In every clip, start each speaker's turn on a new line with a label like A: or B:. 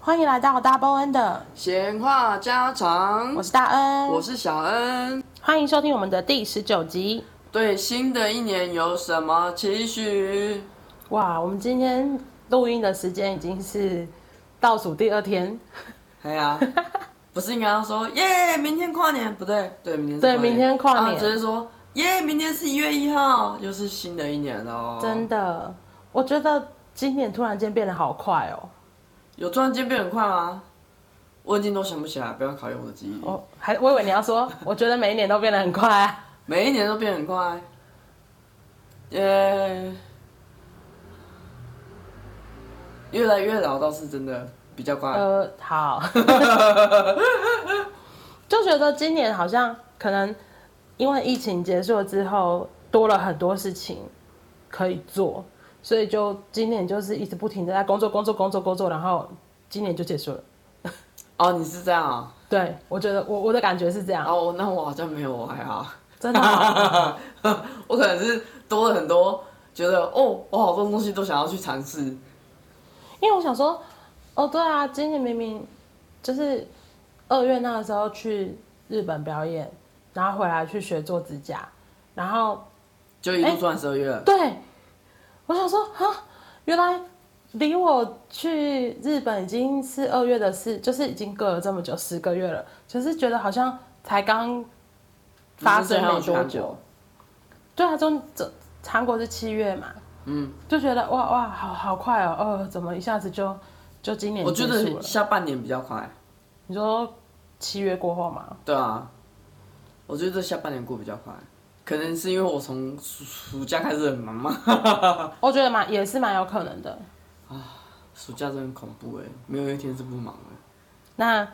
A: 欢迎来到大波恩的，
B: 闲话家常，
A: 我是大恩，
B: 我是小恩。
A: 欢迎收听我们的第十九集。
B: 对新的一年有什么期许？
A: 哇，我们今天录音的时间已经是倒数第二天，
B: 哎呀，不是应该要说耶，明天跨年？不对，对，明天是
A: 对
B: 跨年
A: 明天跨年
B: 啊只是说耶，明天是一月一号，又是新的一年哦。
A: 真的，我觉得今年突然间变得好快哦。
B: 有突然间变很快吗？我已经都想不起来，不要考验我的记忆力。
A: 我还我以为你要说，我觉得每一年都变得很快啊、
B: 每一年都变很快。呃，越来越老倒是真的比较快。
A: 呃，好，就觉得今年好像可能因为疫情结束了之后，多了很多事情可以做，所以就今年就是一直不停的在工作、工作、工作、工作，然后今年就结束了。
B: 哦，你是这样啊？
A: 对，我觉得我我的感觉是这样，
B: 哦，那我好像没有，我还好。
A: 真的好
B: 我可能是多了很多，觉得哦，我好多东西都想要去尝试。
A: 因为我想说，哦，对啊，今年明明就是二月那个时候去日本表演，然后回来去学做指甲，然后
B: 就一路转十二月了。
A: 对，我想说啊，原来离我去日本已经是二月的事，就是已经隔了这么久，十个月了，就是觉得好像才刚发生没多久。？对啊，中这韩国是七月嘛，
B: 嗯，
A: 就觉得哇哇，好好快哦，呃，怎么一下子就就今年
B: 我
A: 结
B: 觉
A: 束
B: 得
A: 了？
B: 下半年比较快。
A: 你说七月过后嘛，
B: 对啊，我觉得下半年过比较快，可能是因为我从暑暑假开始很忙嘛。
A: 我觉得蛮也是蛮有可能的。
B: 暑假真的很恐怖哎、没有一天是不忙的。
A: 那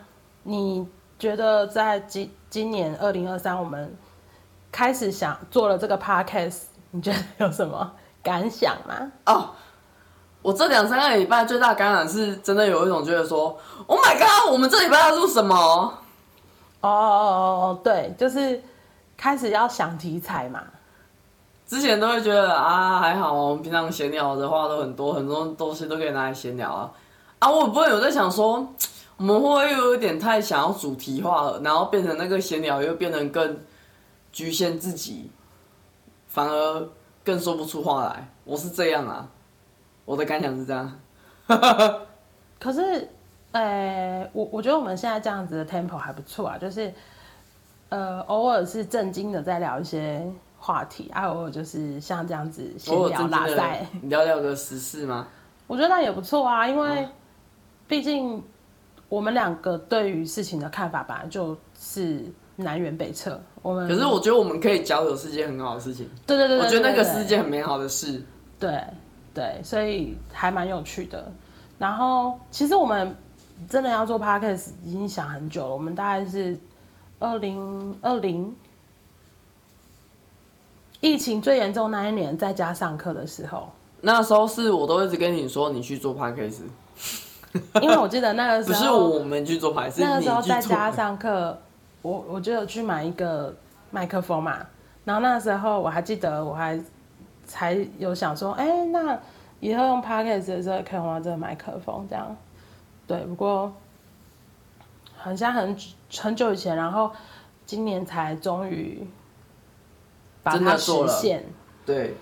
A: 你觉得在今今年二零二三，我们开始想做了这个 podcast，你觉得有什么感想吗？
B: 哦，我这两三个礼拜最大感染是真的有一种觉得说，Oh my god，我们这礼拜要录什么？
A: 哦哦哦哦，对，就是开始要想题材嘛。
B: 之前都会觉得啊，还好哦，我们平常闲聊的话都很多，很多东西都可以拿来闲聊啊。啊，我不会有在想说，我们会不会又有点太想要主题化了，然后变成那个闲聊又变得更局限自己，反而更说不出话来。我是这样啊，我的感想是这样。啊
A: 可是，呃，我我觉得我们现在这样子的 tempo 还不错啊，就是，呃，偶尔是正经的在聊一些话题，啊，偶尔就是像这样子闲
B: 我有
A: 聊
B: 正经
A: 拉
B: 的
A: 塞。
B: 聊聊个时事吗？
A: 我觉得那也不错啊，因
B: 嗯
A: 为毕竟我们两个对于事情的看法本来就是南辕北辙。我们
B: 可是我觉得我们可以交流是件很好的事情，
A: 对对对对，
B: 我觉得那个
A: 对
B: 是件很美好的事。
A: 对对，所以还蛮有趣的。然后其实我们真的要做 podcast 已经想很久了，我们大概是二零二零疫情最严重那一年，在家上课的时候，
B: 那时候是我都一直跟你说你去做 podcast，
A: 因为我记得那个时
B: 不
A: 候
B: 是我们去做 p 是
A: 那个
B: 你
A: 时候在
B: 去做。
A: 家上课，我我就有去买一个麦克风嘛，然后那时候我还记得我还才有想说，哎、那以后用 podcast 的时候可以用到这个麦克风这样。对，不过好像很很久以前，然后今年才终于把
B: 真
A: 它
B: 的
A: 实
B: 做了
A: 现。
B: 对，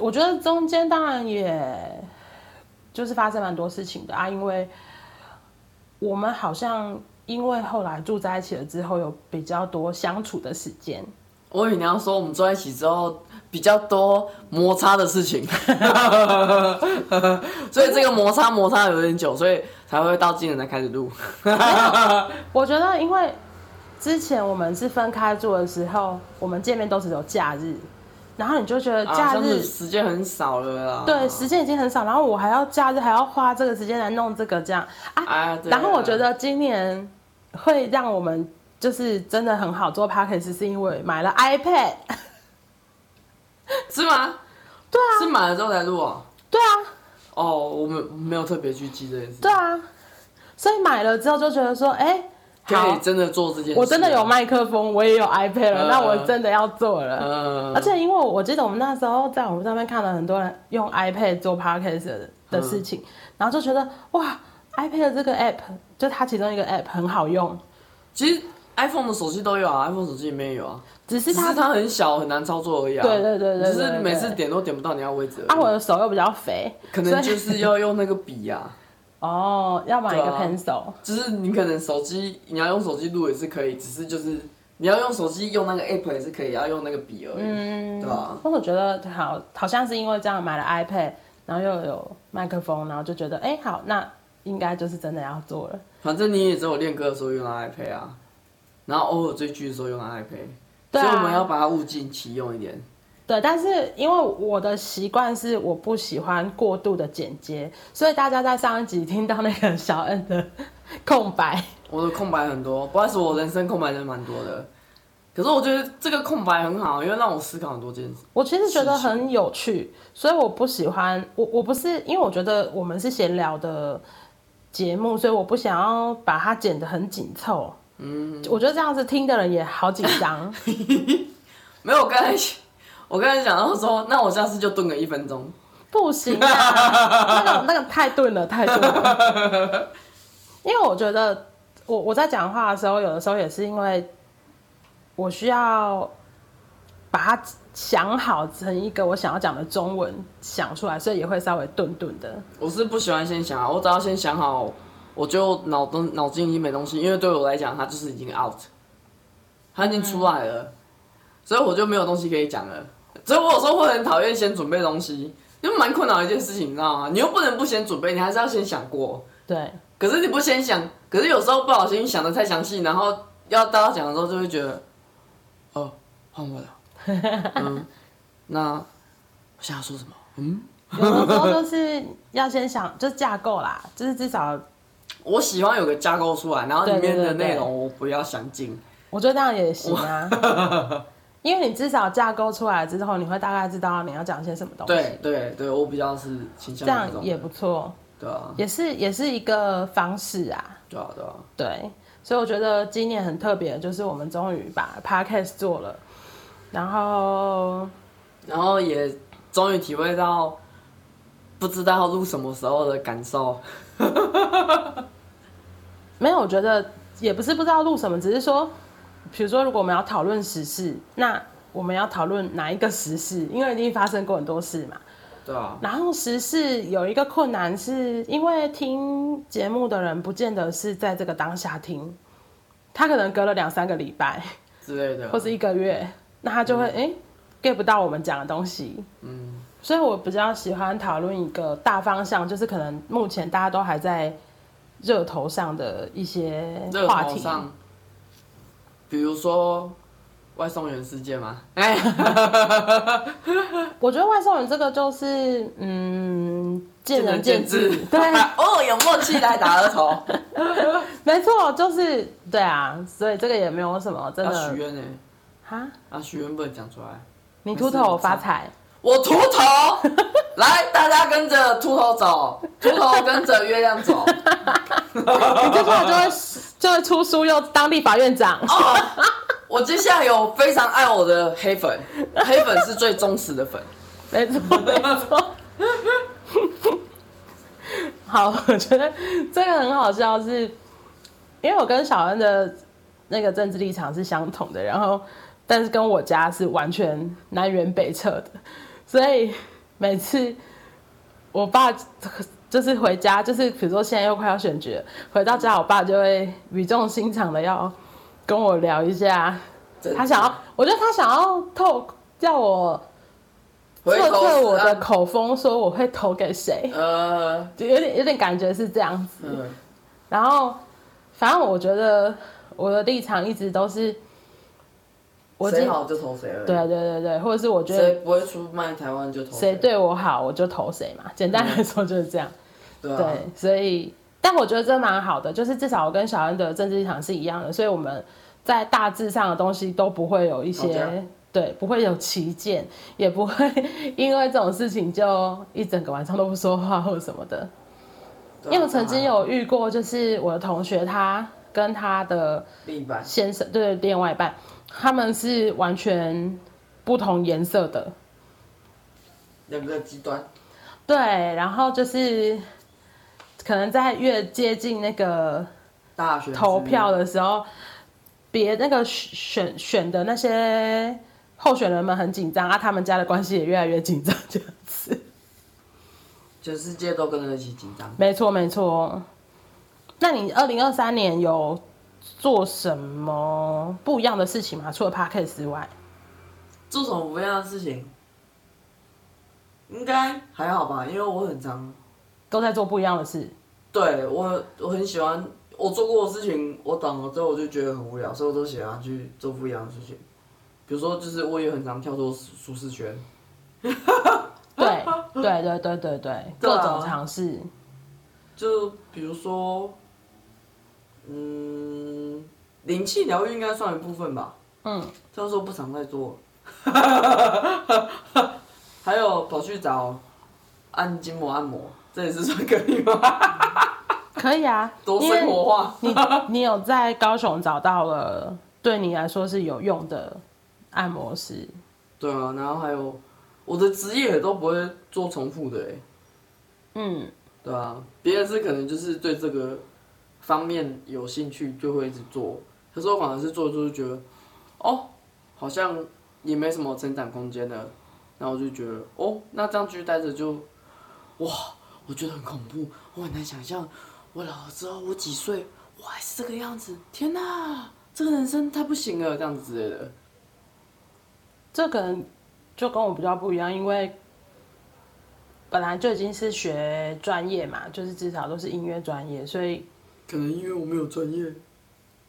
A: 我觉得中间当然也就是发生蛮多事情的啊，因为我们好像因为后来住在一起了之后，有比较多相处的时间。
B: 我以为你要说我们坐在一起之后比较多摩擦的 事情，所以这个摩擦摩擦有点久，所以才会到今年才开始录。
A: 我觉得因为之前我们是分开住的时候，我们见面都只有假日，然后你就觉得
B: 啊
A: 假
B: 像
A: 日、
B: 是时间很少了啦。
A: 对时间已经很少，然后我还要假日还要花这个时间来弄这个这样啊，
B: 啊，对
A: 然后我觉得今年会让我们就是真的很好做 p a c k a g e 是因为买了 iPad。
B: 是吗？
A: 对啊，
B: 是买了之后才录哦。
A: 对啊，
B: 哦，我们没有特别去记这件事。
A: 对啊，所以买了之后就觉得说，哎、
B: 可以
A: 好，
B: 真的做这件事。
A: 我真的有。麦克风，我也有 iPad 了，
B: 嗯
A: 那我真的要做了。
B: 呃，
A: 而且因为我记得我们那时候在
B: 嗯
A: 网络上面看了很多人用 iPad 做 podcast 的的事情，然后就觉得哇， iPad 这个 app 就它其中一个 app 很好用，
B: 其实 iPhone 的手机都有啊，iPhone 手机里面有啊，
A: 只是
B: 只
A: 它
B: 是它很小，很难操作而已啊。
A: 对对对对对
B: 只是每次
A: 对
B: 点都点不到你要位置而已。
A: 啊，我的手又比较肥，
B: 可
A: 所
B: 能
A: 以
B: 就是要用那个笔啊，
A: 哦，要买一个
B: 对啊
A: pencil，、
B: 就是你可能手机你要用手机录也是可以，只是就是你要用手机用那个 app 也是可以，要用那个笔而已，对吧、
A: 但我觉得好，好像是因为这样买了 iPad，然后又有麦克风，然后就觉得哎、好，那应该就是真的要做了。
B: 反正你也只有练歌的时候用到 iPad 啊，然后偶尔追剧的时候用到 iPad，、
A: 对
B: 所以我
A: 啊，
B: 们要把它物尽其用一点。
A: 对，但是因为我的习惯是我不喜欢过度的剪接，所以大家在上一集听到那个小恩的空白，
B: 我的空白很多，不好意思，我人生空白真的蛮多的。可是我觉得这个空白很好，因为让我思考很多件事。
A: 我其实觉得很有趣，所以我不喜欢我我不是因为我觉得我们是闲聊的节目，所以我不想要把它剪得很紧凑。嗯，我觉得这样子听的人也好紧张。
B: 没有，我刚才我刚才讲到说，那我下次就蹲个一分钟。
A: 不行啊，那个那个太钝了，太钝了。因为我觉得我我在讲话的时候，有的时候也是因为我需要把它想好成一个我想要讲的中文想出来，所以也会稍微顿顿的。
B: 我是不喜欢先想啊，我只要先想好，我就脑中脑筋已经没东西，因为对我来讲，它就是已经 out，它已经出来了，所以我就没有东西可以讲了。所以我有时候会很讨厌先准备东西，因为蛮困扰的一件事情，你知道吗？你又不能不先准备，你还是要先想过。
A: 对，
B: 可是你不先想，可是有时候不小心想的太详细，然后要大家讲的时候就会觉得，哦，换我了，嗯，那我想要说什么？
A: 有的时候就是要先想，就是架构啦，就是至少
B: 我喜欢有个架构出来，然后里面的内容我不要详尽。
A: 我觉得这样也行啊，因为你至少架构出来之后，你会大概知道你要讲些什么东西，
B: 对对对，我比较是倾
A: 这
B: 向于
A: 样
B: 种
A: 也不错。
B: 对啊
A: 也是也是一个方式啊，
B: 对啊对啊，
A: 对，所以我觉得今年很特别，就是我们终于把 podcast 做了，然后
B: 然后也终于体会到不知道录什么时候的感受。
A: 没有，我觉得也不是不知道录什么，只是说，比如说如果我们要讨论时事，那我们要讨论哪一个时事，因为一定发生过很多事嘛。
B: 对啊，
A: 然后时事有一个困难是，因为听节目的人不见得是在这个当下听，他可能隔了两三个礼拜。
B: 之类的
A: 或。是一个月，那他就会
B: 嗯
A: 哎、诶 get 不到我们讲的东西。嗯，所以我比较喜欢讨论一个大方向，就是可能目前大家都还在热头上的一些
B: 热
A: 话
B: 头
A: 题。
B: 上，比如说外送员事件吗？哎、
A: 我觉得外送人这个就是嗯，见仁见智， 对，
B: 哦，有默契来打额头，
A: 没错，就是对啊，所以这个也没有什么 真
B: 要许
A: 的
B: 愿呢。
A: 哈，
B: 啊，许愿不能讲出来。
A: 你
B: 没
A: 秃
B: 事
A: 头
B: 没
A: 我发
B: 事
A: 财，
B: 我秃头，来，大家跟着秃头走，秃头跟着月亮走。
A: 你 这句话就会就会出书，又当立法院长。
B: 哦，我接下来有非常爱我的黑粉，黑粉是最忠实的粉。
A: 没错，没错。 好，我觉得这个很好笑是，因为我跟小恩的那个政治立场是相同的，然后但是跟我家是完全南辕北辙的，所以每次我爸就是回家，就是比如说现在又快要选举了，回到家，我爸就会语重心长的要跟我聊一下，他想要，我觉得他想要透叫我
B: 回
A: 测
B: 头是
A: 测我的
B: 岸
A: 口风，说我会投给谁，
B: 呃
A: 就有点有点感觉是这样子。
B: 嗯
A: 然后，反正我觉得我的立场一直都是，我
B: 谁
A: 今
B: 好就投谁而已。
A: 对，对对对，或者是我觉得
B: 谁不会出卖台湾就投
A: 谁对我好，我就投谁嘛。简
B: 嗯
A: 单来说就是这样。
B: 对啊
A: 对，所以但我觉得这蛮好的，就是至少我跟小恩的政治立场是一样的，所以我们在大致上的东西都不会有一
B: 吵架
A: 些。对，不会有歧见，也不会因为这种事情就一整个晚上都不说话或什么的。
B: 对啊
A: 因为我曾经有遇过，就是我的同学，他跟他的
B: 立白，
A: 先生，对另外一半，他们是完全不同颜色的，
B: 两个极端。
A: 对，然后就是可能在越接近那个
B: 大学
A: 投票的时候，别那个选选的那些候选人们很紧张啊，他们家的关系也越来越紧张，这样子。
B: 全世界都跟着一起紧张。
A: 没错，没错。那你二零二三年有做什么不一样的事情吗？除了 podcast 之外，
B: 做什么不一样的事情？应该还好吧，因为我很常
A: 都在做不一样的事。
B: 对我我很喜欢我做过的事情，我懂了之后我就觉得很无聊，所以我都喜欢去做不一样的事情。比如说，就是我也很常跳脱舒舒适圈，
A: 对，对，对，对，对，对，
B: 对
A: 各
B: 啊
A: 种尝试。
B: 就比如说，嗯，灵气疗愈应该算一部分吧，
A: 嗯，
B: 虽然说不常在做。 还有跑去找按筋膜按摩，这也是算可以吗？
A: 可以啊，
B: 多
A: 因为
B: 生活化。
A: 你你有在高雄找到了对你来说是有用的按摩师，
B: 对啊，然后还有我的职业也都不会做重复的、欸，
A: 嗯，
B: 对啊，别人是可能就是对这个方面有兴趣，就会一直做。可是我反而是做，就是觉得，哦，好像也没什么成长空间了。然后我就觉得，哦，那这样继续待着就，哇，我觉得很恐怖，我很难想象，我老了之后我几岁，我还是这个样子。天哪，这个人生太不行了，这样子之类的。
A: 这可能就跟我比较不一样，因为本来就已经是学专业嘛，就是至少都是音乐专业，所以
B: 可能因为我没有专业，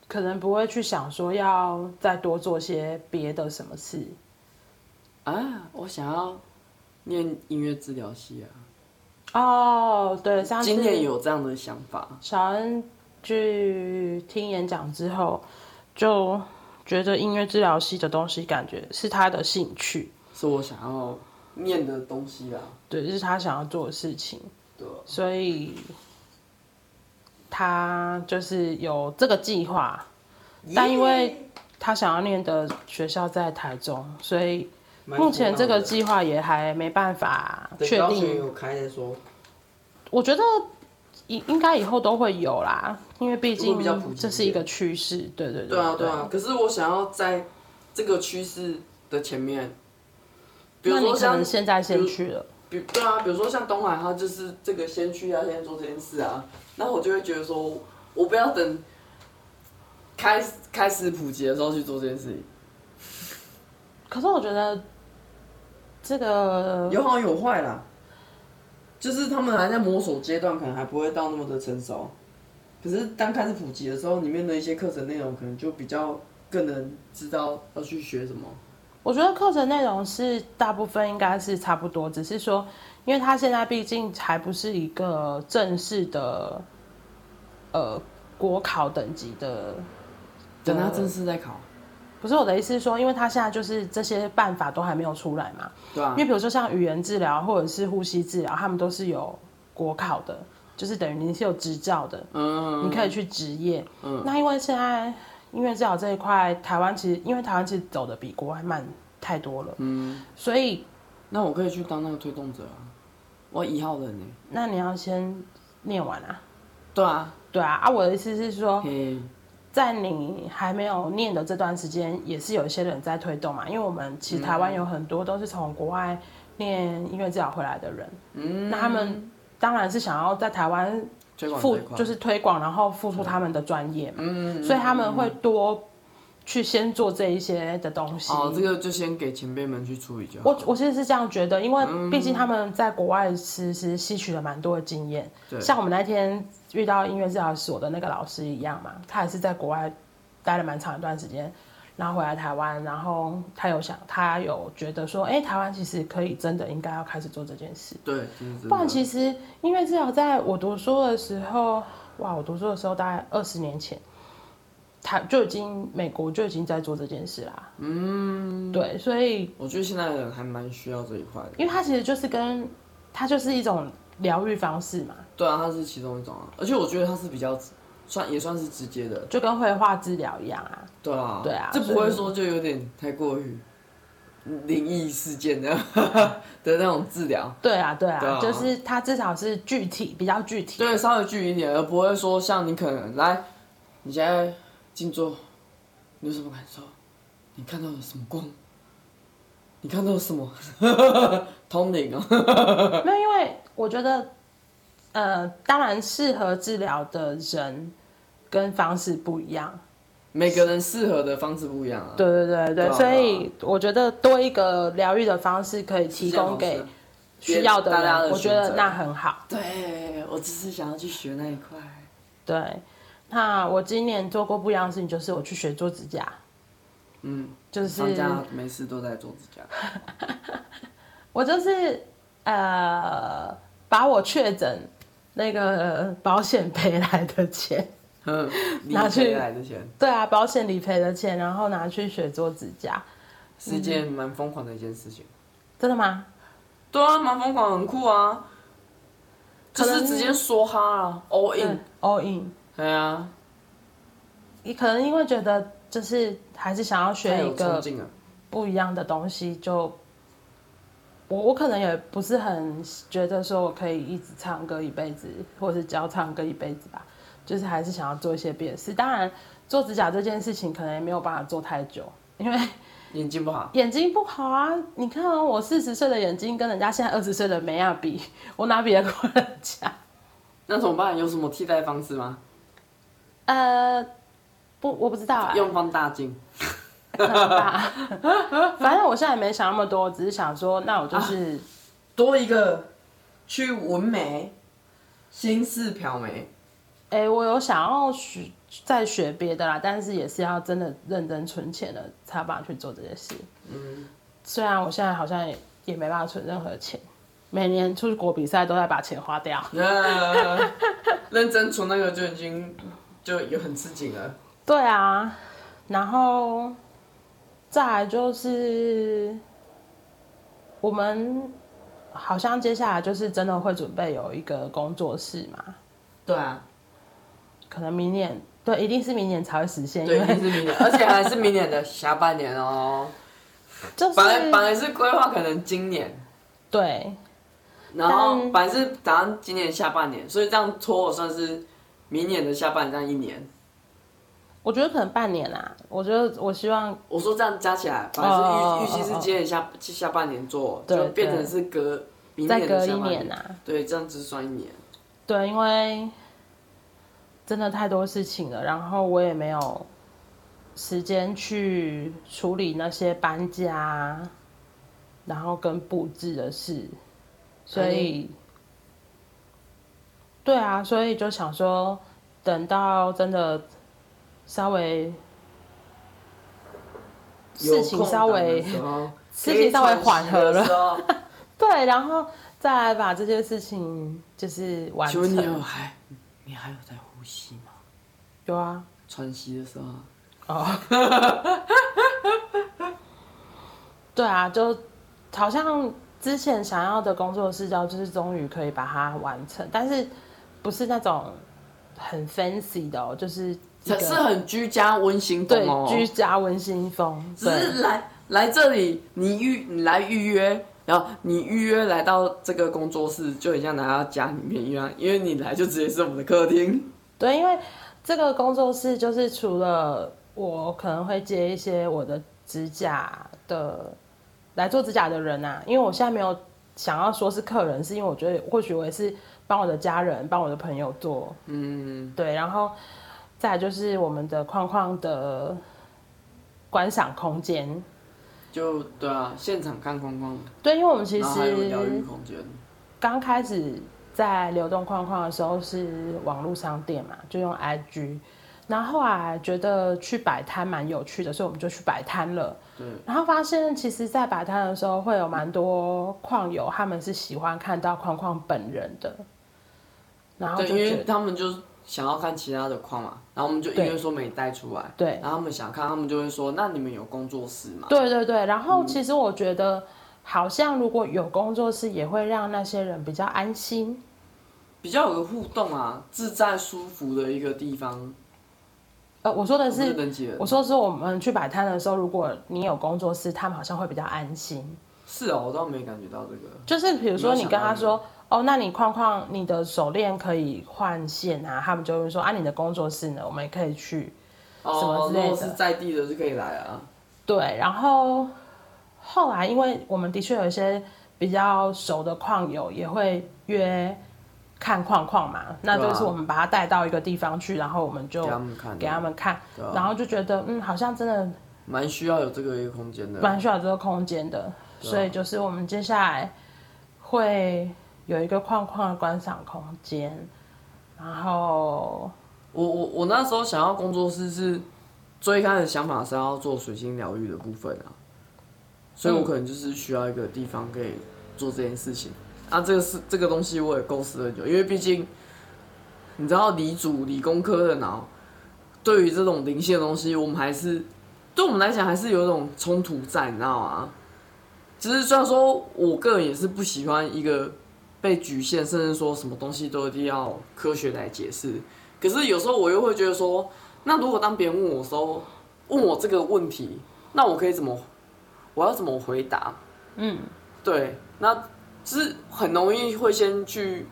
A: 可能不会去想说要再多做些别的什么事。
B: 啊，我想要念音乐治疗系啊。
A: 哦，对，上次
B: 今年有这样的想法，
A: 小恩去听演讲之后，就觉得音乐治疗系的东西感觉是他的兴趣，
B: 是我想要念的东西啦。
A: 对，是他想要做的事情，
B: 对啊，
A: 所以他就是有这个计划。但因为他想要念的学校在台中，所以目前这个计划也还没办法确定。
B: 有开再说。
A: 我觉得应应该以后都会有啦，因为毕
B: 如果比较普
A: 竟
B: 及
A: 这是一个趋势。对对对
B: 对啊，对啊。可是我想要在这个趋势的前面，比如
A: 那你
B: 说
A: 可能
B: 像，嗯
A: 现在先去了，
B: 比对啊，比如说像东海，他就是这个先去啊，先做这件事啊。那我就会觉得说，我不要等开始开始普及的时候去做这件事情，
A: 可是我觉得这个
B: 有好有坏啦。就是他们还在摸索阶段，可能还不会到那么的成熟。可是当开始普及的时候，里面的一些课程内容可能就比较更能知道要去学什么。
A: 我觉得课程内容是大部分应该是差不多，只是说，因为它现在毕竟还不是一个正式的，呃，国考等级的。
B: 等他正式再考，
A: 不是我的意思是说，因为它现在就是这些办法都还没有出来嘛。
B: 对啊
A: 因为，比如说像语言治疗或者是呼吸治疗，他们都是有国考的，就是等于你是有执照的。
B: 嗯，
A: 你可以去职业。
B: 嗯
A: 那因为现在音乐治疗这一块，台湾其实因为台湾其实走的比国外慢太多了，
B: 嗯，
A: 所以
B: 那我可以去当那个推动者啊，我一号人呢、
A: 那你要先念完啊。
B: 对啊，
A: 对啊，啊，我的意思是说，
B: 嘿，
A: 在你还没有念的这段时间，也是有一些人在推动嘛，因为我们其实台湾有很多都是从国外念音乐治疗回来的人，
B: 嗯，
A: 那他们当然是想要在台湾
B: 推广
A: 付
B: 这一块
A: 就是推广，然后付出他们的专业嘛，
B: 嗯
A: 所以他们会多去先做这一些的东西。
B: 哦，这个就先给前辈们去处理就好。
A: 我我其实是这样觉得，因为
B: 嗯
A: 毕竟他们在国外其实吸取了蛮多的经验，
B: 对
A: 像我们那天遇到音乐治疗所的那个老师一样嘛，他也是在国外待了蛮长一段时间，然后回来台湾，然后他有想，他有觉得说，哎、台湾其实可以真的应该要开始做这件事。
B: 对，就是真
A: 不然
B: 的
A: 其实音乐治疗在我读书的时候，哇，我读书的时候大概二十年前，他就已经美国就已经在做这件事啦。嗯，对，所以
B: 我觉得现在的人还蛮需要这一块的。
A: 因为它其实就是跟它就是一种疗愈方式嘛，
B: 对啊，它是其中一种啊，而且我觉得它是比较算也算是直接的，
A: 就跟绘画治疗一样啊。
B: 对啊，
A: 对啊
B: 这不会说就有点太过于灵异事件的 的那种治疗，
A: 对啊，对啊，
B: 对啊
A: 就是它至少是具体，比较具体。
B: 对，稍微具一点，而不会说像你可能来，你现在静坐，你有什么感受？你看到了什么光？你看到了什么？ 通灵哦，
A: 没有，因为我觉得，呃，当然适合治疗的人跟方式不一样。
B: 每个人适合的方式不一样啊。
A: 对对对对，
B: 对啊
A: 所以我觉得多一个疗愈的方式可以提供
B: 这
A: 给
B: 样子
A: 需要的
B: 啊大家
A: 人，
B: 的
A: 我觉
B: 选
A: 得
B: 择
A: 那很好。
B: 对我只是想要去学那一块。
A: 对，那我今年做过不一样的事情，就是我去学做指甲，
B: 嗯，
A: 就是
B: 商家没事都在做指甲。
A: 我就是呃，把我确诊那个保险赔来的钱，
B: 嗯，理
A: 拿去
B: 赔来的钱
A: 对啊，保险理赔的钱，然后拿去学做指甲，
B: 是一件蛮疯狂的一件事情。
A: 真的吗？
B: 对啊，蛮疯狂，很酷啊！就
A: 可
B: 是
A: 能
B: 直接说哈啊，all
A: 对
B: in。
A: all in，
B: 对啊，
A: 嗯哦你可能因为觉得就是还是想要
B: 太
A: 学一
B: 有冲
A: 个
B: 劲了。
A: 不一样的东西，就我我可能也不是很觉得说我可以一直唱歌一辈子，或是教唱歌一辈子吧，就是还是想要做一些别的事。当然，做指甲这件事情可能也没有办法做太久，因为
B: 眼睛不好，
A: 眼睛不好啊。你看、哦、我四十岁的眼睛跟人家现在二十岁的梅亚比，我哪比得过人家？
B: 那怎么办？有什么替代方式吗？
A: 呃，不，我不知道、啊。
B: 用放大镜。
A: 很大。 反正我现在也没想那么多，只是想说，那我就是、
B: 多一个去纹眉，心事漂眉。
A: 哎、我有想要学再学别的啦，但是也是要真的认真存钱了，才有办法去做这些事。
B: 嗯，
A: 虽然我现在好像也也没办法存任何钱，每年出国比赛都在把钱花掉。
B: 那 认真存那个就已经就有很吃紧了。
A: 对啊，然后再来就是我们好像接下来就是真的会准备有一个工作室嘛，
B: 对啊，
A: 可能明年对，一定是明年才会实现，
B: 对，
A: 因
B: 一定
A: 为
B: 是明年，而且还是明年的下半年哦。
A: 就是
B: 本来本来是规划可能今年，
A: 对
B: 然后
A: 但
B: 本来是打算今年下半年，所以这样拖我算是明年的下半年这样一年。
A: 我觉得可能半年啦，我觉得我希望
B: 我说这样加起来，本来是预预
A: 哦哦
B: 期
A: 哦
B: 是
A: 哦
B: 今年下下半年做，
A: 对
B: 就变成是隔明
A: 再
B: 年
A: 隔
B: 的
A: 一
B: 下半
A: 年
B: 年。
A: 啊，
B: 对，这样只算一年。
A: 对，因为真的太多事情了，然后我也没有时间去处理那些搬家，啊然后跟布置的事，
B: 哎
A: 所以，对啊，所以就想说，等到真的稍微事情稍微
B: 有空档的时候
A: 事情稍微缓和了
B: 可以喘息的时候。
A: 对，然后再来把这些事情就是完
B: 请问你有
A: 成。
B: 还你还有在呼吸吗？
A: 有啊，
B: 喘息的时候，
A: 哦，对啊，就好像之前想要的工作室照，就是终于可以把它完成，但是不是那种很 fancy 的哦，就是一
B: 这
A: 个
B: 是很居家温馨风
A: 对
B: 哦。
A: 居家温馨风，
B: 只
A: 对
B: 是来来这里，你预你来预约，然后你预约来到这个工作室，就很像来到家里面一样，因为你来就直接是我们的客厅。
A: 对，因为这个工作室就是除了我可能会接一些我的指甲的来做指甲的人啊，因为我现在没有想要说是客人，是因为我觉得或许我也是帮我的家人、帮我的朋友做，
B: 嗯，
A: 对，然后再来就是我们的框框的观赏空间，
B: 就对啊，现场看框框，
A: 对，因为我们其
B: 然后还有
A: 实
B: 疗愈空间。
A: 刚开始在流动框框的时候是网络商店嘛，就用 IG，然后后来觉得去摆摊蛮有趣的，所以我们就去摆摊了。
B: 对，
A: 然后发现其实，在摆摊的时候会有蛮多矿友，他们是喜欢看到框框本人的，然后
B: 对，
A: 就
B: 因
A: 觉
B: 为
A: 得
B: 他们就想要看其他的框嘛，然后我们就因为
A: 对
B: 说没带出来，
A: 对
B: 然后他们想看，他们就会说，那你们有工作室吗？
A: 对对对，然后其实我觉得，好像如果有工作室，也会让那些人比较安心。
B: 比较有个互动啊，自在舒服的一个地方。
A: 呃，我说的
B: 不是
A: 是，
B: 人挤人
A: 我，说的是我们去摆摊的时候，如果你有工作室，他们好像会比较安心。
B: 是哦，我倒没感觉到这个。
A: 就是比如说
B: 没有
A: 你
B: 想
A: 跟
B: 到
A: 他
B: 你
A: 说，哦，那你框框你的手链可以换线啊，他们就会说啊，你的工作室呢，我们也可以去。么
B: 哦，
A: 之类
B: 如
A: 的
B: 果是在地的就可以来啊。
A: 对，然后后来因为我们的确有一些比较熟的矿友也会约看矿矿嘛，那
B: 对啊
A: 就是我们把他带到一个地方去，然后我们就
B: 给他们看的
A: 给他们看
B: 对啊
A: 然后就觉得嗯，好像真的
B: 蛮需要有这个一个空间的。
A: 蛮需要这个空间的，
B: 啊
A: 所以就是我们接下来会有一个框框的观赏空间，然后
B: 我我我那时候想要工作室是最一开始想法是要做水晶疗愈的部分啊，所以我可能就是需要一个地方可以做这件事情。啊，这个是这个东西我也构思很久，因为毕竟你知道理组理工科的脑，对于这种灵性的东西，我们还是对我们来讲还是有一种冲突在，你知道吗？只是虽然说我个人也是不喜欢一个被局限，甚至说什么东西都一定要科学来解释，可是有时候我又会觉得说，那如果当别人问我的时候，问我这个问题，那我可以怎么，我要怎么回答？
A: 嗯，
B: 对，那就是很容易会先去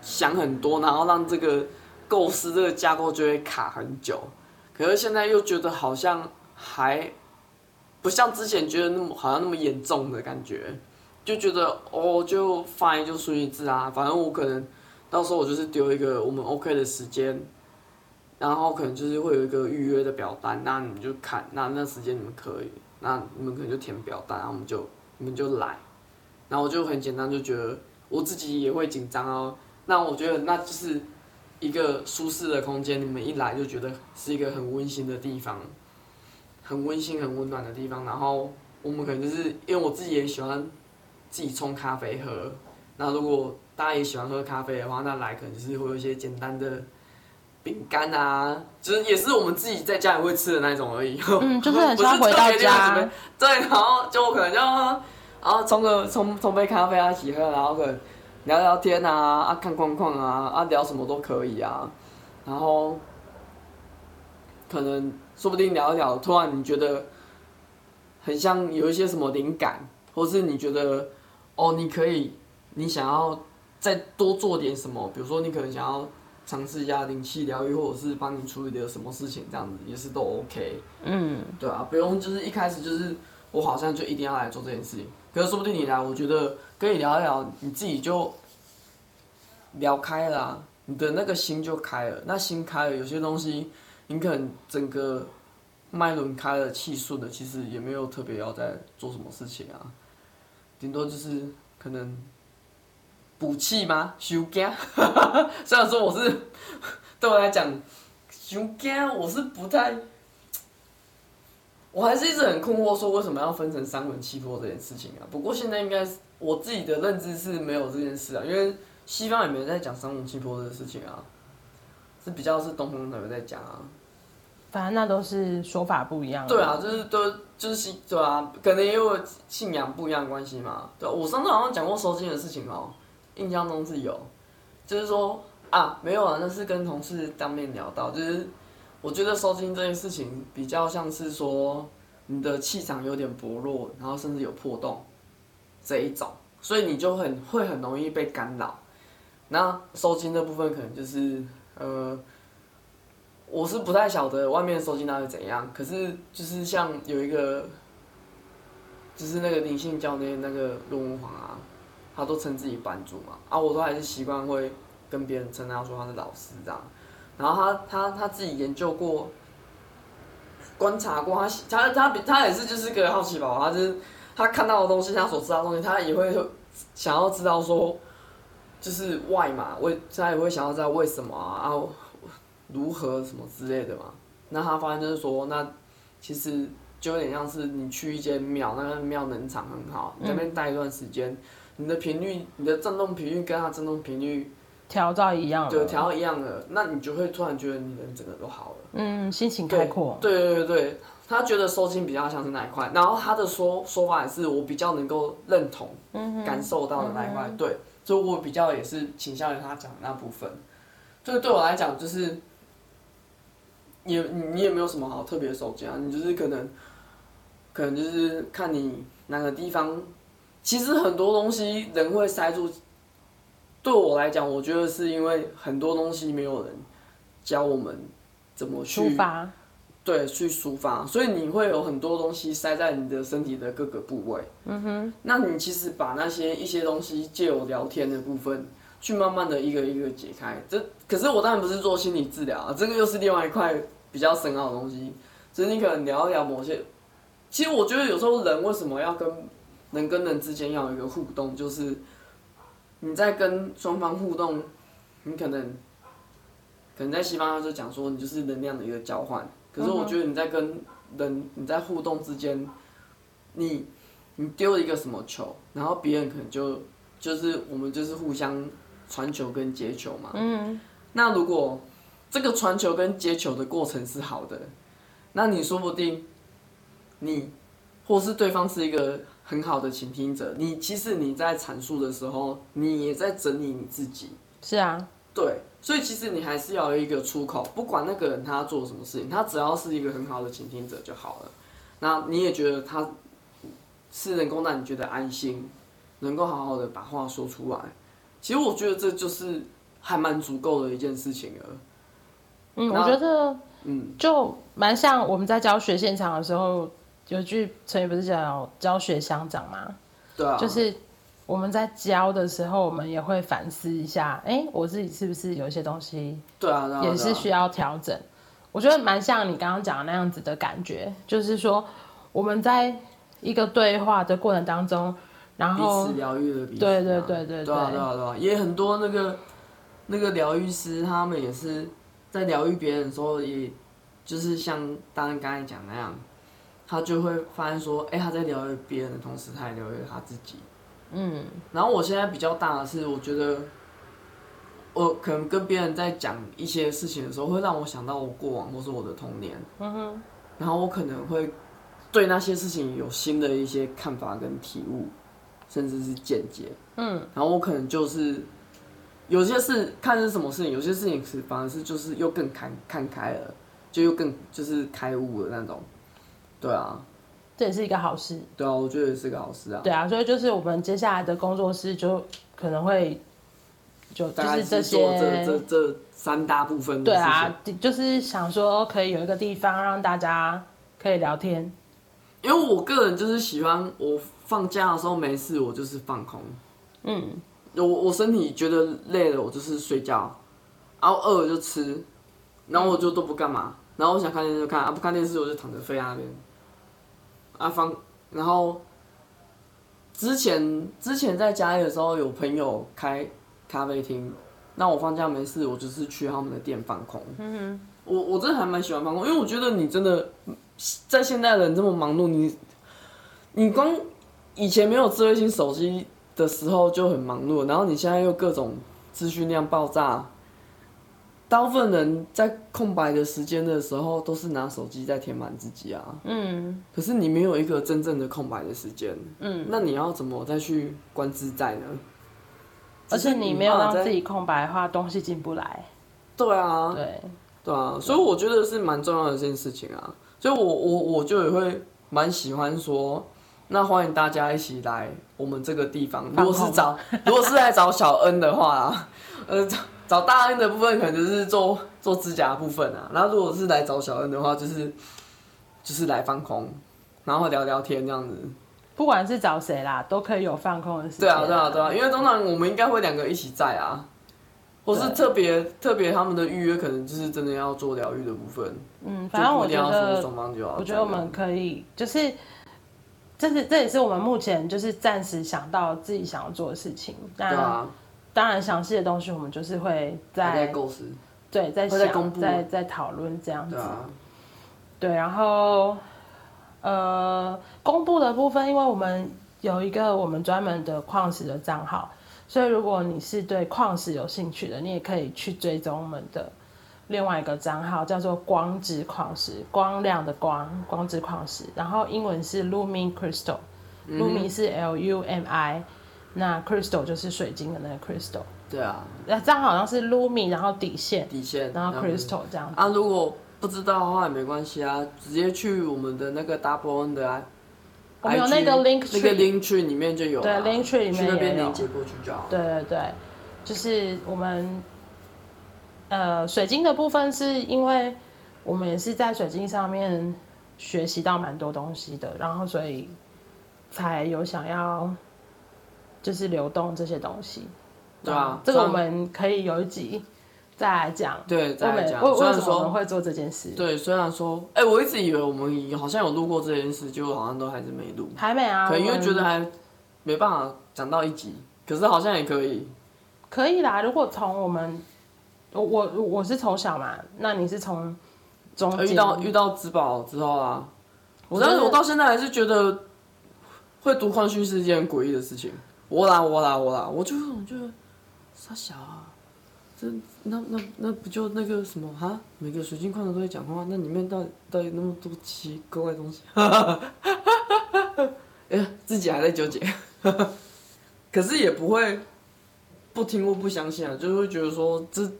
B: 想很多，然后让这个构思这个架构就会卡很久。可是现在又觉得好像还不像之前觉得那么好像那么严重的感觉，就觉得哦就 fine 就顺其自然，反正我可能到时候我就是丢一个我们 OK 的时间，然后可能就是会有一个预约的表单，那你们就看，那那时间你们可以，那你们可能就填表单，然后我们就你们就来，然后我就很简单就觉得我自己也会紧张哦，那我觉得那就是一个舒适的空间，你们一来就觉得是一个很温馨的地方，很温馨很温暖的地方，然后我们可能就是因为我自己也喜欢自己冲咖啡喝，那如果大家也喜欢喝咖啡的话，那来可能就是会有一些简单的饼干啊，就是也是我们自己在家里会吃的那种而已。
A: 嗯就是很
B: 不
A: 像 回到
B: 特别就是
A: 家
B: 准备对，然后就我可能就然后冲个冲冲杯咖啡啊，一起喝，然后可能聊聊天啊，啊看框框啊，啊聊什么都可以啊，然后可能说不定聊一聊，突然你觉得很像有一些什么灵感，或是你觉得哦，你可以，你想要再多做点什么，比如说你可能想要尝试一下灵气疗愈，或者是帮你处理的什么事情，这样子也是都 OK。
A: 嗯，
B: 对啊，不用就是一开始就是我好像就一定要来做这件事情，可是说不定你来，我觉得跟你聊一聊，你自己就聊开了啊、你的那个心就开了，那心开了，有些东西你可能整个脉轮开了，气顺了，其实也没有特别要再做什么事情啊，顶多就是可能补气吗？修肝， 虽然说我是对我来讲修肝，我是不太。我还是一直很困惑，说为什么要分成三魂七魄这件事情啊？不过现在应该是我自己的认知是没有这件事啊，因为西方也没在讲三魂七魄的事情啊，是比较是东方才会在讲啊。
A: 反正那都是说法不一样。
B: 对啊，，就是都就是信对啊，可能也有信仰不一样的关系嘛。对啊、我上次好像讲过收金的事情哦，印象中是有，就是说啊，没有啊，那是跟同事当面聊到，就是我觉得收金这件事情比较像是说你的气场有点薄弱，然后甚至有破洞这一种，所以你就很会很容易被干扰。那收金这部分可能就是呃。我是不太晓得外面的收金到底怎样，可是就是像有一个，就是那个灵性教练那个陆文煌啊，他都称自己班主嘛，啊，我都还是习惯会跟别人称他说他是老师这样，然后他他他自己研究过，观察过他喜他他比他也是就是个好奇宝宝，他就是他看到的东西，他所知道的东西，他也会想要知道说，就是 why 嘛，为他也会想要知道为什么啊。啊如何什么之类的嘛。那他发现就是说，那其实就有点像是你去一间庙，那个庙能场很好，你在那边待一段时间，你的频率、你的震动频率跟它震动频率
A: 调到一样了。
B: 就调到一样了，那你就会突然觉得你人整个都好了。
A: 嗯，心情开阔。
B: 对对对对，他觉得收金比较像是那一块，然后他的说说法也是我比较能够认同、
A: 嗯
B: 感受到的那一块，对，所以我比较也是倾向于他讲的那部分。所以对我来讲，就是也你你也没有什么好特别的手机啊，你就是可能，可能就是看你哪个地方，其实很多东西人会塞住。对我来讲，我觉得是因为很多东西没有人教我们怎么去
A: 出发，
B: 对，去抒发，所以你会有很多东西塞在你的身体的各个部位。嗯哼，那你其实把那些一些东西借由聊天的部分，去慢慢的一个一个解开。这可是我当然不是做心理治疗啊，这个又是另外一块比较深奥的东西。只是你可能聊一聊某些，其实我觉得有时候人为什么要跟人跟人之间要有一个互动，就是你在跟双方互动，你可能可能在西方就讲说你就是能量的一个交换。可是我觉得你在跟人你在互动之间，你你丢一个什么球，然后别人可能就就是我们就是互相传球跟接球嘛。
A: 嗯，
B: 那如果这个传球跟接球的过程是好的，那你说不定你或是对方是一个很好的倾听者，你其实你在阐述的时候，你也在整理你自己。
A: 是啊，
B: 对，所以其实你还是要有一个出口，不管那个人他做什么事情，他只要是一个很好的倾听者就好了。那你也觉得他是能够让你觉得安心，能够好好的把话说出来。其实我觉得这就是还蛮足够的一件事情了。
A: 嗯，
B: 那
A: 我觉得
B: 嗯，
A: 就蛮像我们在教学现场的时候，有句成语不是讲教学相长吗？
B: 对啊，
A: 就是我们在教的时候，我们也会反思一下，哎、我自己是不是有一些东西
B: 对啊，对啊，
A: 也是
B: 对啊
A: 需要调整。我觉得蛮像你刚刚讲的那样子的感觉，就是说我们在一个对话的过程当中，然后
B: 彼此疗愈的彼此、啊。
A: 对对对对
B: 对啊
A: 对
B: 对啊对啊，也很多那个那个疗愈师，他们也是在疗愈别人的时候，也就是像当然刚才讲那样，他就会发现说，哎、他在疗愈别人的同时，他也疗愈他自己。
A: 嗯，
B: 然后我现在比较大的是，我觉得我可能跟别人在讲一些事情的时候，会让我想到我过往或是我的童年。嗯哼。然后我可能会对那些事情有新的一些看法跟体悟，甚至是见解。嗯。然后我可能就是有些事看是什么事情，有些事情是反而是就是又更看看开了，就又更就是开悟了那种。对啊，
A: 这也是一个好事。
B: 对啊，我觉得也是个好事啊。
A: 对啊，所以就是我们接下来的工作室就可能会就就
B: 大概
A: 这
B: 是做这这
A: 些，
B: 这三大部分的
A: 对
B: 事情。
A: 啊，就是想说哦可以有一个地方让大家可以聊天，
B: 因为我个人就是喜欢我放假的时候没事，我就是放空。
A: 嗯，
B: 我我身体觉得累了，我就是睡觉，然后饿了就吃，然后我就都不干嘛，然后我想看电视就看，啊不看电视我就躺着飞在那边，啊放，然后之前之前在家里的时候有朋友开咖啡厅，那我放假没事，我就是去他们的店放空。嗯我我真的还蛮喜欢放空，因为我觉得你真的在现代人这么忙碌，你你光以前没有智慧型手机的时候就很忙碌，然后你现在又各种资讯量爆炸，大部分人在空白的时间的时候都是拿手机在填满自己啊。
A: 嗯
B: 可是你没有一个真正的空白的时间，
A: 嗯，
B: 那你要怎么再去观自在呢？
A: 而且你没有让
B: 只是无法
A: 自
B: 在
A: 己空白的话，东西进不来，
B: 对啊，
A: 对，
B: 对啊，所以我觉得是蛮重要的一件事情啊。所以我我我就也会蛮喜欢说，那欢迎大家一起来我们这个地方。如
A: 放
B: 果是
A: 空
B: 找如果是来找小恩的话啊，呃，找找大恩的部分可能就是做做指甲的部分啊。然后如果是来找小恩的话，就是就是来放空，然后聊聊天这样子。
A: 不管是找谁啦，都可以有放空的时间。
B: 对啊，对啊，对啊，因为通常我们应该会两个一起在啊，或是
A: 对
B: 特别特别他们的预约可能就是真的要做疗愈的部分。
A: 嗯，反正我觉得
B: 双方就要。
A: 我觉得我们可以，就是，这是这也是我们目前就是暂时想到自己想要做的事情。
B: 对
A: 那
B: 啊，
A: 当然详细的东西我们就是会
B: 还
A: 在
B: 在构思，
A: 对在
B: 会
A: 想
B: 再公布
A: 在在讨论这样子。
B: 对啊，
A: 对，然后呃，公布的部分，因为我们有一个我们专门的矿石的账号，所以如果你是对矿石有兴趣的，你也可以去追踪我们的另外一个账号，叫做光之矿石，光亮的光，光之矿石，然后英文是 Lumi Crystal。Lumi
B: 嗯
A: 是 L U M I，那 Crystal 就是水晶的那个 Crystal，
B: 对啊，
A: 那这样好像是 Lumi，然后底线，
B: 底线，
A: 然后
B: 然后
A: Crystal 这样子。
B: 啊，如果不知道的话也没关系啊，直接去我们的那个 Double N 的啊，
A: 我们有
B: IG
A: 那个 link
B: 那个
A: tree
B: link tree 里面就有啊，
A: 对，link tree 里面
B: 去那边
A: 也有
B: 连接过去就好。
A: 对对对，就是我们呃水晶的部分，是因为我们也是在水晶上面学习到蛮多东西的，然后所以才有想要就是流动这些东西。
B: 对啊，
A: 这个我
B: 虽然
A: 们可以有一集再来讲。
B: 对再来讲
A: 为，
B: 虽
A: 为
B: 然
A: 什么我们
B: 说
A: 会做这件事？
B: 对，虽然说，哎、我一直以为我们好像有录过这件事，结果好像都还是没录，
A: 还没啊，
B: 可能因
A: 我
B: 为
A: 们
B: 觉得还没办法讲到一集，可是好像也可以。
A: 可以啦。如果从我们，我我我是从小嘛，那你是从中间
B: 哦遇到遇到植保之后啊，
A: 我
B: 但
A: 真
B: 是
A: 的
B: 我到现在还是觉得会读矿训是一件很诡异的事情。我啦我啦我啦，我就我就傻小啊，这那那那不就那个什么哈？每个水晶矿石都会讲话，那里面到底到底那么多奇怪的东西， 哎，自己还在纠结， 可是也不会不听或不相信啊，就是会觉得说这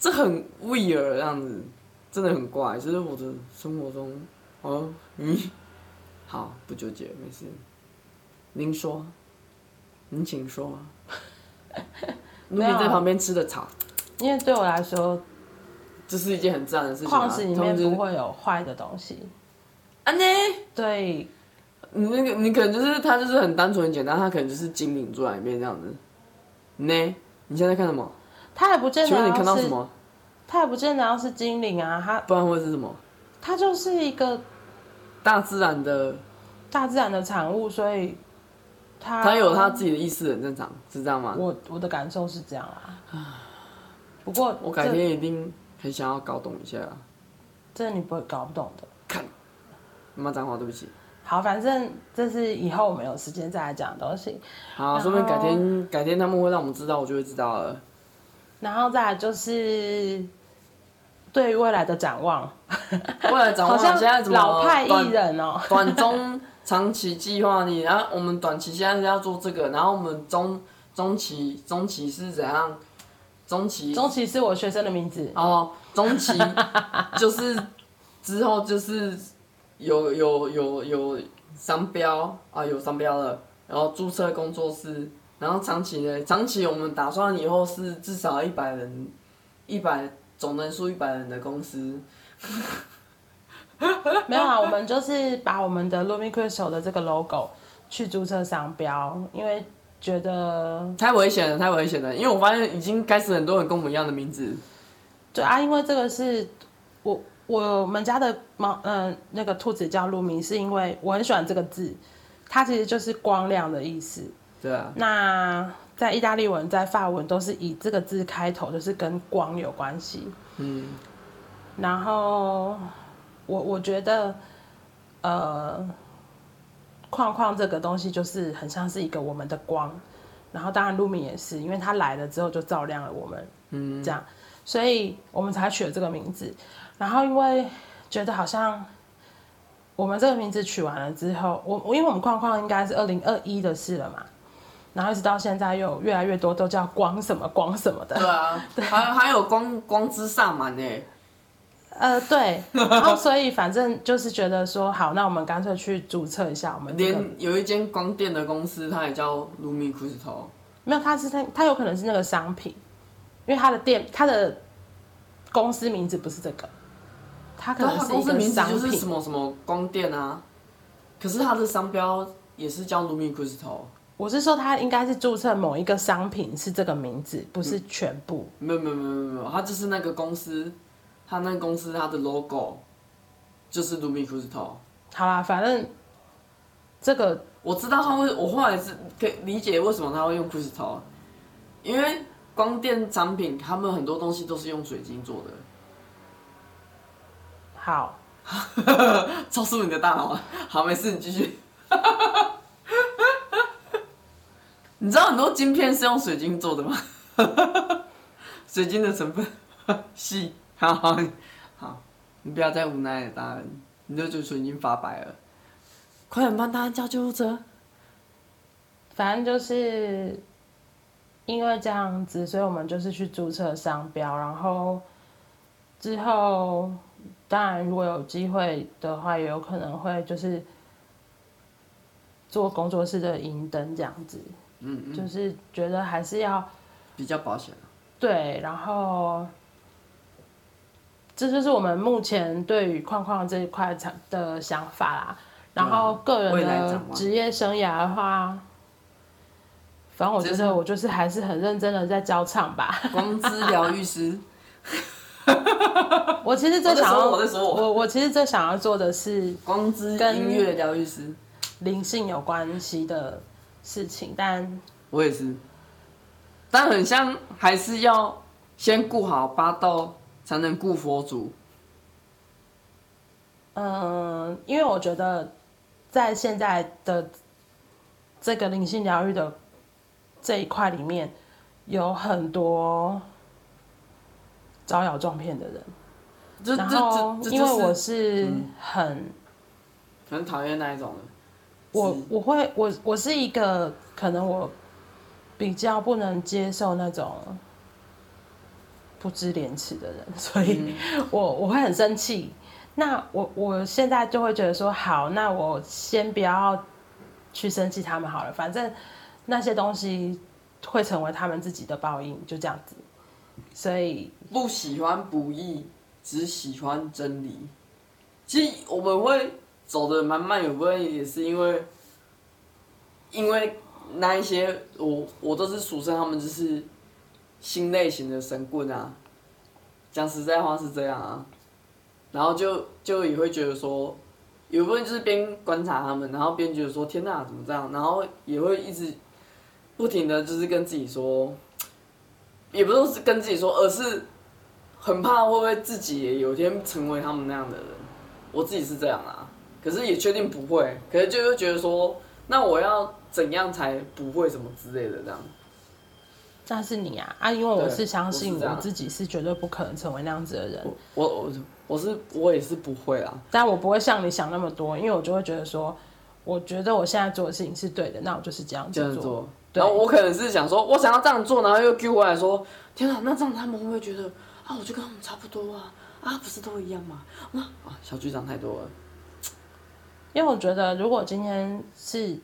B: 这很 weird 啊这样子，真的很怪，就是我的生活中哦，嗯，好，不纠结，没事。您说，您请说。露
A: 没
B: 比
A: 有啊
B: 在旁边吃的草，
A: 因为对我来说，
B: 这是一件很赞的事情、啊。
A: 矿石里面不会有坏的东西，
B: 安妮，
A: 对，
B: 啊你那个你可能就是他就是很单纯很简单，他可能就是精灵住在里面这样子。呢，你现在在看什么？
A: 它也不见
B: 请
A: 得
B: 问你看
A: 要
B: 到什
A: 是，
B: 么？
A: 它也不见得要是精灵啊，它
B: 不然会是什么？
A: 它就是一个
B: 大自然的，
A: 大自然的产物，所以它
B: 它有它自己的意思，很正常，是这样吗？
A: 我我的感受是这样啊。不过
B: 我改
A: 这
B: 天一定很想要搞懂一下啊。
A: 这你不会搞不懂的。
B: 骂脏话，对不起。
A: 好，反正这是以后我们有时间再来讲的东西。
B: 好，
A: 然
B: 说不定改
A: 后
B: 天改天他们会让我们知道，我就会知道 了。
A: 然后再来就是对于未来的展望，
B: 未来展望
A: 好像
B: 现在怎么
A: 老派
B: 短
A: 艺人哦、
B: 短中长期计划你，然后我们短期现在是要做这个，然后我们中中期中期是怎样？中期
A: 钟琪是我学生的名字，
B: 哦，中 期就是之后就是有有有有商标啊，有商标了，然后注册工作室，然后长期呢，长期我们打算以后是至少一百人，一百总人数一百人的公司，
A: 没有啊，我们就是把我们的 Lumi Crystal 的这个 logo 去注册商标，因为觉得
B: 太危险了，太危险了，因为我发现已经开始很多人跟我们一样的名字，
A: 对啊，因为这个是我我们家的猫，嗯、那个兔子叫露米，是因为我很喜欢这个字，它其实就是光亮的意思。
B: 对啊，
A: 那在意大利文、在法文都是以这个字开头，就是跟光有关系。
B: 嗯，
A: 然后我我觉得，呃，框框这个东西就是很像是一个我们的光，然后当然露米也是，因为它来了之后就照亮了我们，嗯，这样，所以我们才取了这个名字。然后因为觉得好像我们这个名字取完了之后，我我因为我们框框应该是二零二一的事了嘛。然后一直到现在，又有越来越多都叫光什么光什么的，
B: 对啊，还还有光光之萨满欸呢，
A: 呃，对，然后所以反正就是觉得说，好，那我们干脆去注册一下我们这个，
B: 连有一间光电的公司，它也叫 Lumi Crystal，
A: 没有，它是它它有可能是那个商品，因为它的店它的公司名字不是这个，它可
B: 对啊
A: 能
B: 它
A: 是一
B: 公司
A: 个
B: 名字
A: 商
B: 就是什
A: 品，
B: 么什么光电啊，可是它的商标也是叫 Lumi Crystal，
A: 我是说它应该是注册某一个商品是这个名字，不是全部，
B: 没有没有没有没有没有，它就是那个公司，它那个公司它的 logo 就是 Lumi Crystal。
A: 好啦，反正这个
B: 我知道他为，我后来是可以理解为什么他会用 crystal，因为光电产品他们很多东西都是用水晶做的，
A: 好，
B: 超出你的大脑了。 好，没事，你继续。 你知道很多晶片是用水晶做的吗？ 水晶的成分 细，好好好，你不要再无奈了，大人，你的嘴唇已经发白了，快点帮大家叫救护车。
A: 反正就是因为这样子，所以我们就是去注册商标，然后之后当然，如果有机会的话，也有可能会就是做工作室的银灯这样子。嗯嗯，就是觉得还是要
B: 比较保险。啊
A: 对，然后这就是我们目前对于框框这一块产的想法啦。然后个
B: 未
A: 人
B: 来展
A: 的
B: 望
A: 职业生涯的话，反正我觉
B: 就是
A: 得我就是还是很认真的在教唱吧。
B: 光之疗愈师，
A: 我其实最
B: 我在
A: 想要
B: 说我在说我
A: 我我其实最想要做的是
B: 光之
A: 跟
B: 音乐疗愈师，
A: 灵性有关系的事情，但
B: 我也是，但很像还是要先顾好八道，才能顾佛祖。
A: 嗯，因为我觉得在现在的这个灵性疗愈的这一块里面，有很多招摇撞骗的人。
B: 这这
A: 然后
B: 这，这
A: 因为我
B: 就是
A: 很
B: 很讨厌那一种的。
A: 我
B: 是
A: 我会我我是一个可能我比较不能接受那种不知廉耻的人， 所以
B: 嗯
A: 我我会很生气。那我我现在就会觉得说，好，那我先不要去生气他们好了，反正那些东西会成为他们自己的报应，就这样子。所以
B: 不喜欢不义，只喜欢真理。其实我们会走的蛮慢，有部分也是因为，因为那一些我我都是俗称他们就是新类型的神棍啊，讲实在话是这样啊，然后就就也会觉得说，有部分就是边观察他们，然后边觉得说天哪怎么这样，然后也会一直不停的就是跟自己说，也不是跟自己说，而是很怕会不会自己也有一天成为他们那样的人。我自己是这样啊，可是也确定不会，可是就会觉得说，那我要怎样才不会什么之类的这样。
A: 那是你啊啊，因为我
B: 对
A: 是相信
B: 我是这样
A: 我自己是绝对不可能成为那样子的人。
B: 我我我是我也是不会啦，
A: 但我不会像你想那么多，因为我就会觉得说，我觉得我现在做的事情是对的，那我就是这样
B: 这
A: 子做。
B: 样做。
A: 对
B: 然后我可能是想说，我想要这样做，然后又 Q 回来说，天啊，那这样他们会不会觉得啊，我就跟他们差不多啊，啊，不是都一样吗？啊，啊小剧场太多了。
A: 因为我觉得，如果今天是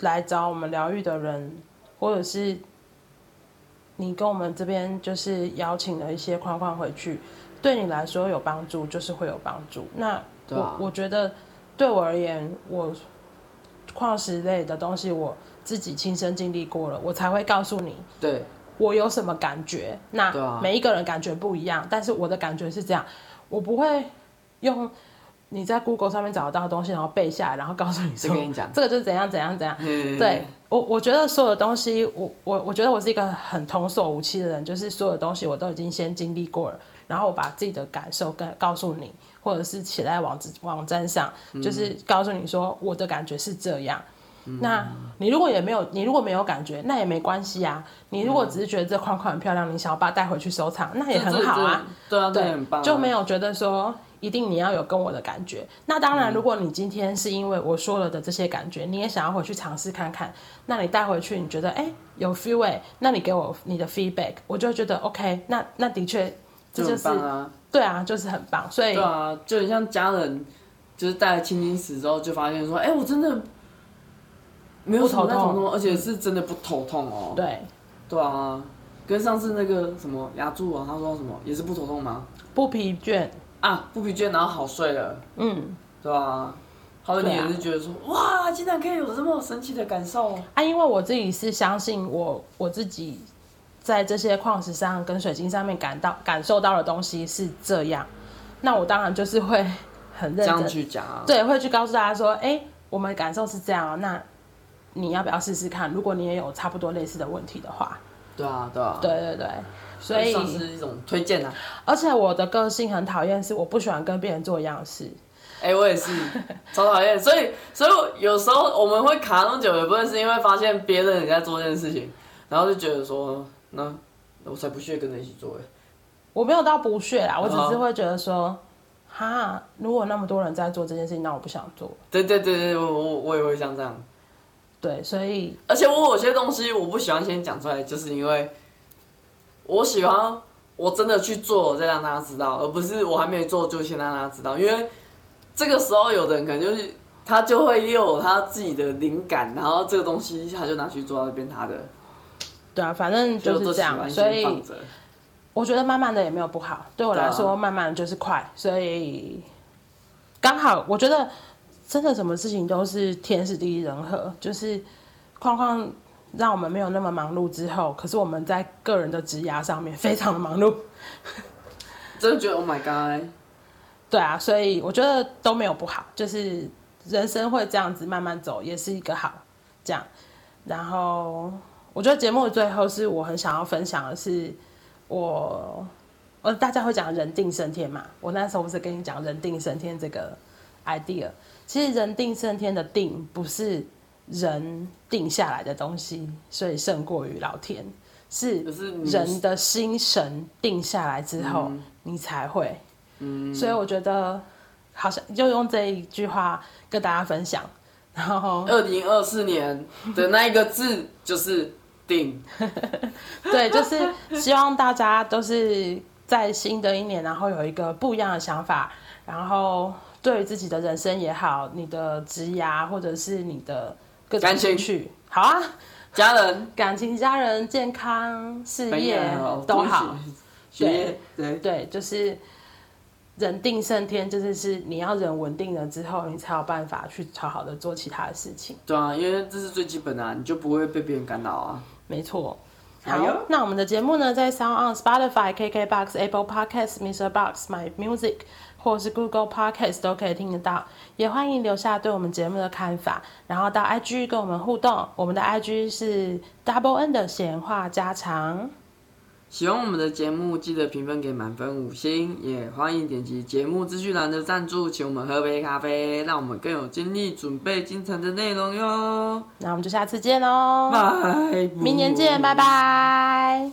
A: 来找我们疗愈的人，或者是你跟我们这边就是邀请了一些框框回去，对你来说有帮助，就是会有帮助。那我、
B: 对啊
A: 我觉得对我而言，我矿石类的东西我自己亲身经历过了，我才会告诉你。
B: 对，
A: 我有什么感觉？那
B: 对啊
A: 每一个人感觉不一样，但是我的感觉是这样，我不会用你在 Google 上面找得到的东西，然后背下来，然后告诉你
B: 这
A: 说
B: 跟你讲，
A: 这个就是怎样怎样怎样。
B: 嗯
A: 对我，我觉得所有的东西，我我我觉得我是一个很童叟无欺的人，就是所有的东西我都已经先经历过了，然后我把自己的感受跟告诉你，或者是写在网址网站上，就是告诉你说我的感觉是这样。那你如果也没有，你如果没有感觉，那也没关系啊。你如果只是觉得这框框很漂亮，你想要把它带回去收藏，那也很好啊。
B: 这，这对啊，这
A: 对，
B: 很棒啊，
A: 就没有觉得说一定你要有跟我的感觉。那当然，如果你今天是因为我说了的这些感觉，你也想要回去尝试看看，那你带回去你觉得哎、有 feel 哎、那你给我你的 feedback，我就会觉得 OK，那那的确这就
B: 就很
A: 是
B: 棒啊，
A: 对啊，就是很棒。所以
B: 对啊，就很像家人，就是带来清清死之后，就发现说，哎、我真的没有什么
A: 不
B: 那
A: 头痛嗯
B: 种痛，而且是真的不头痛哦。
A: 对，
B: 对啊，跟上次那个什么牙柱啊，他说什么也是不头痛吗？
A: 不疲倦，
B: 啊，不疲倦，然后好睡了，
A: 嗯。
B: 对啊。还有你
A: 对
B: 也
A: 啊
B: 是觉得说，哇，竟然可以有这么神奇的感受，
A: 啊，因为我自己是相信我我自己在这些矿石上跟水晶上面感到感受到的东西是这样，那我当然就是会很
B: 这
A: 认
B: 样
A: 真，
B: 去讲啊，
A: 对，会去告诉大家说，哎、我们感受是这样、哦，那你要不要试试看？如果你也有差不多类似的问题的话，
B: 对啊，对啊，
A: 对，对对，所以
B: 算是一种推荐啊。
A: 而且我的个性很讨厌是我不喜欢跟别人做一样的事，
B: 哎、我也是，超讨厌。所以，所以我有时候我们会卡那么久，也不会是因为发现别人也在做这件事情，然后就觉得说，那我才不屑跟着一起做。哎，
A: 我没有到不屑啦，我只是
B: 哦
A: 会觉得说，哈，如果那么多人在做这件事情，那我不想做，
B: 对对对对，我我我也会像这样。
A: 对，所以。
B: 而且我有些东西我不喜欢先讲出来，就是因为我喜欢我真的去做了再让大家知道，而不是我还没做就先让大家知道，因为这个时候有的人可能就是他就会有他自己的灵感，然后这个东西他就拿去做，他就变他的，
A: 对啊，反正就
B: 我都
A: 是这
B: 喜
A: 样，
B: 欢
A: 所
B: 先
A: 以
B: 放着。
A: 我觉得慢慢的也没有不好，对我来
B: 对
A: 说，
B: 啊
A: 慢慢就是快，所以刚好我觉得真的什么事情都是天时地利人和，就是框框让我们没有那么忙碌之后，可是我们在个人的职涯上面非常的忙碌，
B: 真的觉得 Oh my God，
A: 对啊，所以我觉得都没有不好，就是人生会这样子慢慢走，也是一个好这样。然后我觉得节目的最后是我很想要分享的是我。呃，大家会讲人定胜天嘛？我那时候不是跟你讲人定胜天这个 idea？其实人定胜天的定不是人定下来的东西，所以胜过于老天，是
B: 就是你
A: 人的心神定下来之后，你才会。嗯，所以我觉得好像就用这一句话跟大家分享，然后
B: 二零二四年的那一个字就是定，
A: 对，就是希望大家都是在新的一年，然后有一个不一样的想法，然后对于自己的人生也好，你的职涯或者是你的各种
B: 感情
A: 兴趣，好啊，
B: 家人、
A: 感情、家人、健康、事
B: 朋
A: 业
B: 友
A: 都好。，
B: 学业对。
A: 对，就是人定胜天，就是是你要人稳定了之后，你才有办法去好好的做其他的事情。
B: 对啊，因为这是最基本的、啊，你就不会被别人干扰啊。
A: 没错。
B: 哎
A: 好
B: 呦，
A: 那我们的节目呢，在 Sound on、Spotify、KKBox、Apple Podcasts、Mr. Box、My Music 或是 Google Podcasts 都可以听得到。也欢迎留下对我们节目的看法，然后到 IG 跟我们互动。我们的 IG 是 Double N 的闲话家常。
B: 喜欢我们的节目，记得评分给满分五星，也欢迎点击节目资讯栏的赞助，请我们喝杯咖啡，让我们更有精力准备精彩的内容哟。
A: 那我们就下次见喽，
B: 拜，
A: 明年见，拜。拜。